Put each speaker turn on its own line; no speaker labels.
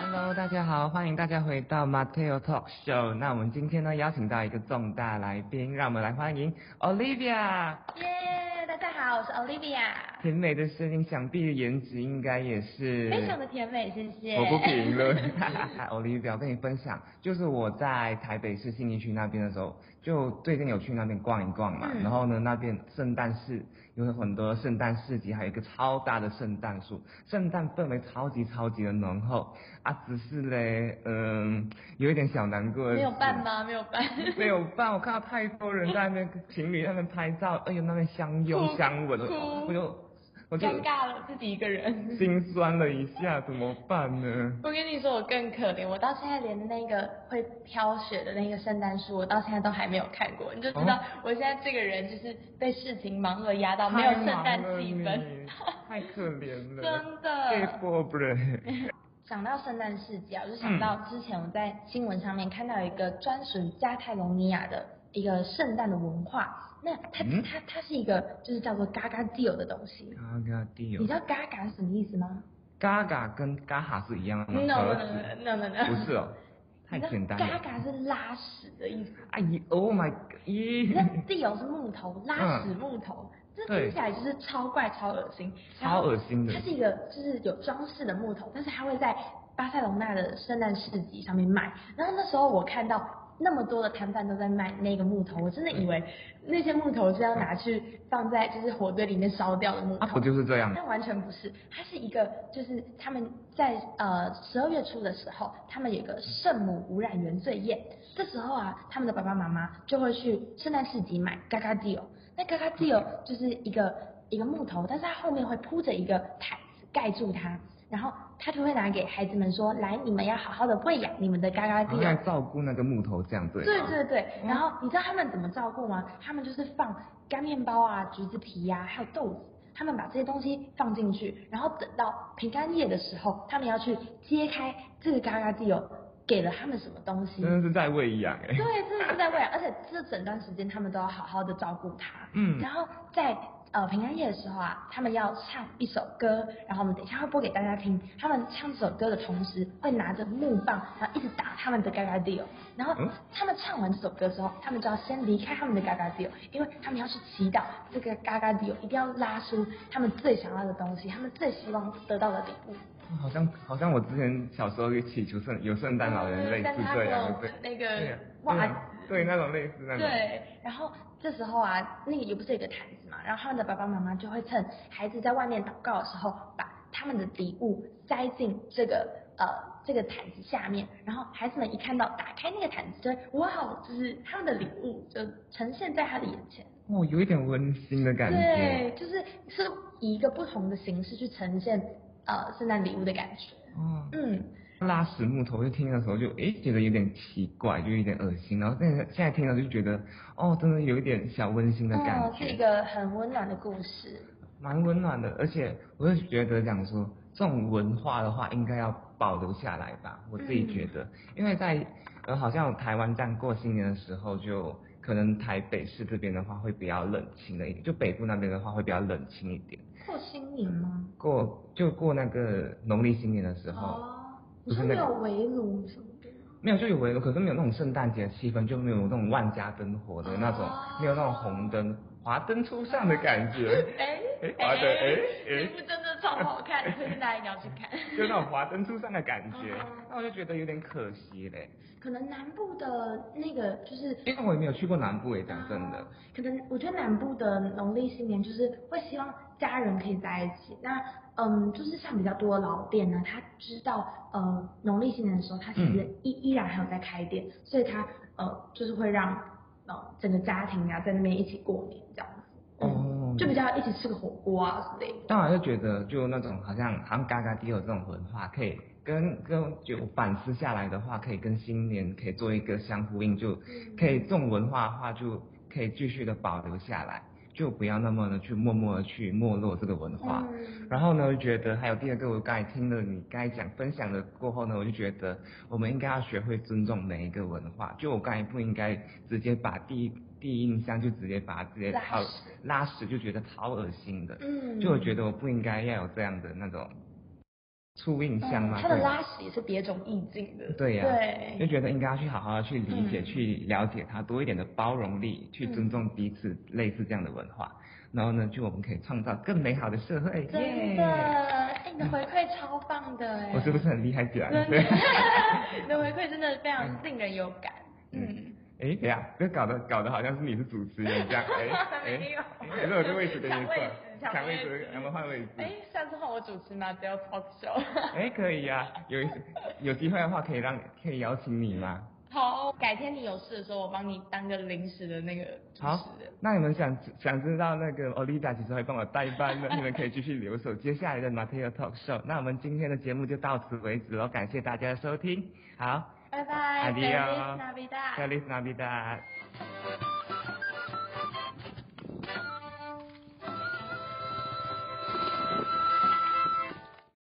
Hello，大家好，欢迎大家回到 Mateo Talk Show。那我们今天呢邀请到一个重大来宾，让我们来欢迎 Olivia。
耶大家好，我是 Olivia，
甜美的声音，想必颜值应该也是
非常的甜美，谢谢。
我不评论。Olivia，我跟你分享，就是我在台北市信义区那边的时候，就最近有去那边逛一逛嘛。
嗯
然后呢，那边圣诞市有很多圣诞市集，还有一个超大的圣诞树，圣诞氛围超级超级的浓厚啊。只是嘞，嗯，有一点小难过。
没有办？吗？没有办。
没有办，我看到太多人在那边情侣在那边拍照，哎呦那边相拥
哭
相吻，
哭
我就我就
尴尬了，自己一个人。
心酸了一下，怎么办呢？
我跟你说，我更可怜，我到现在连那个会飘雪的那个圣诞树，我到现在都还没有看过，你就知道我现在这个人就是被事情忙碌压到，没有圣诞气
太忙
氛
了，你太可怜了，
真
被
的。
迫不了。
讲到圣诞市集啊，我就
嗯
想到之前我在新闻上面看到有一个专属于加泰隆尼亚的一个圣诞的文化，那它、
嗯
它它是一个就是叫做嘎嘎 deal 的东西，
Gaga
你
deal
知道嘎嘎是什么意思吗
Gaga 跟 Gaga 是一样的
no
吗？
no
盒
no
子
no no no，
不嗯是哦，太
你知道
简单
嘎
了。
嘎是拉屎的意思，
哎呦，Oh my，God，
你知道
咦，
deal 是木头，拉屎木头，这
对
听起来就是超怪超恶心，然
超
后
恶心的
它。是一个就是有装饰的木头，但是它会在巴塞隆纳的圣诞市集上面卖。然后那时候我看到那么多的摊贩都在卖那个木头，我真的以为那些木头是要拿去放在就是火堆里面烧掉的木
啊，
头
不。就是这样？
但完全不是，它是一个，就是他们在呃十二月初的时候，他们有一个圣母污染原罪夜，这时候啊，他们的爸爸妈妈就会去圣诞市集买嘎嘎 deal，那嘎嘎 deal 就是一个一个木头，但是它后面会铺着一个毯子盖住它，然后他就会拿给孩子们说，来，你们要好好的喂养你们的嘎嘎
然后在
deal。
照顾那个木头这样对
对
吗？
对对，然后你知道他们怎么照顾吗？他们就是放干面包啊、橘子皮呀、还有豆子，他们把这些东西放进去，然后等到平安夜的时候，他们要去揭开这个嘎嘎地有给了他们什么东西。
真的是在喂养哎。
对，真的是在喂养，而且这整段时间他们都要好好的照顾它。
嗯
然后在呃平安夜的时候啊，他们要唱一首歌，然后我们等一下会播给大家听。他们唱这首歌的同时，会拿着木棒，然后一直打他们的嘎嘎 deal。然后
嗯
他们唱完这首歌之后，他们就要先离开他们的嘎嘎 deal，因为他们要去祈祷这个嘎嘎 deal 一定要拉出他们最想要的东西，他们最希望得到的礼物。
好像好像我之前小时候也祈求圣有圣诞老人类
但
似
他
这
没
样
有
的对
那个
啊对
袜
啊对那种类似那种。
对，然后这时候啊，那个也不是有一个坛子嘛，然后他们的爸爸妈妈就会趁孩子在外面祷告的时候，把他们的礼物塞进这个呃这个坛子下面，然后孩子们一看到打开那个坛子，就会哇哦，就是他们的礼物就呈现在他的眼前。
哦，有一点温馨的感觉。
对，就是是以一个不同的形式去呈现呃圣诞礼物的感觉。
哦。
嗯，
拉屎木头，就听的时候就诶觉得有点奇怪，就有点恶心，然后现在现在听了就觉得哦，真的有一点小温馨的感
哦，是一
觉，
个很温暖的故事。
蛮温暖的。而且我是觉得讲说这种文化的话，应该要保留下来吧，我自己觉
嗯
得，因为在呃好像台湾站过新年的时候就。可能台北市这边的话会比较冷清了一点，就北部那边的话会比较冷清一点。
过新年吗？
过就过那个农历新年的时候，
哦，
不
你
是
说
那
没
个
有围炉什么的吗？
没有，就有围炉，可是没有那种圣诞节的气氛，就没有那种万家灯火的那种，
哦
没有那种红灯华灯初上的感觉，
哎
哎华
哎
灯哎哎
这部真的超好看，推荐大家一定要去 看。
就那种华灯初上的感觉
哦。
那我就觉得有点可惜嘞，
可能南部的那个就是，
因为我也没有去过南部诶，讲真的。
可能我觉得南部的农历新年就是会希望家人可以在一起。那嗯，就是像比较多的老店啊呢，他知道呃农历新年的时候，他其
嗯
实依、依然还有在开店，所以他呃就是会让呃整个家庭啊在那边一起过年这样子。嗯
哦
就比较一起吃个火锅啊之类的。
当然就觉得，就那种好像好像嘎嘎迪有这种文化，可以跟跟就反思下来的话，可以跟新年可以做一个相呼应，就可以这种文化的话，就可以继续的保留下来，就不要那么的去默默的去没落这个文化。
嗯
然后呢，我就觉得还有第二个，我刚才听了你刚才讲分享的过后呢，我就觉得我们应该要学会尊重每一个文化。就我刚才不应该直接把第一第一印象就直接把它直接
拉
抛
屎
拉屎，就觉得超恶心的。
嗯，
就我觉得我不应该要有这样的那种初印象嘛，
它嗯的
对
拉屎也是别种意境的。
对呀、就
对，
觉得应该要去好好的去理解、
哎嗯
去了解它，多一点的包容力，去尊重彼此类似这样的文化。然后呢，就我们可以创造更美好的社会，
真
耶
的，！哎、你的回馈超棒的哎。
我是不是很厉害？居啊然
真的，
对。
你的回馈真的非常令人有感。嗯，
哎，等一下，这搞得搞得好像是你是主持人 这样，哎
没有
哎，哎那我这位置给你
抢位
坐
置，抢
抢位
位
置
置，
我们换位置。
哎、下次换我主持嘛，不要 talk show。
哎，可以呀、有一有机会的话，可以让可以邀请你吗？
好，改天你有事的时候，我帮你当个临时的那个主
好
持人。
那你们想想知道那个 Olivia 其实会帮我代班的，你们可以继续留守接下来的 Mateo Talk Show。那我们今天的节目就到此为止喽，感谢大家的收听。好
拜拜
Adios 啊
，Feliz Navidad。
，Feliz Navidad。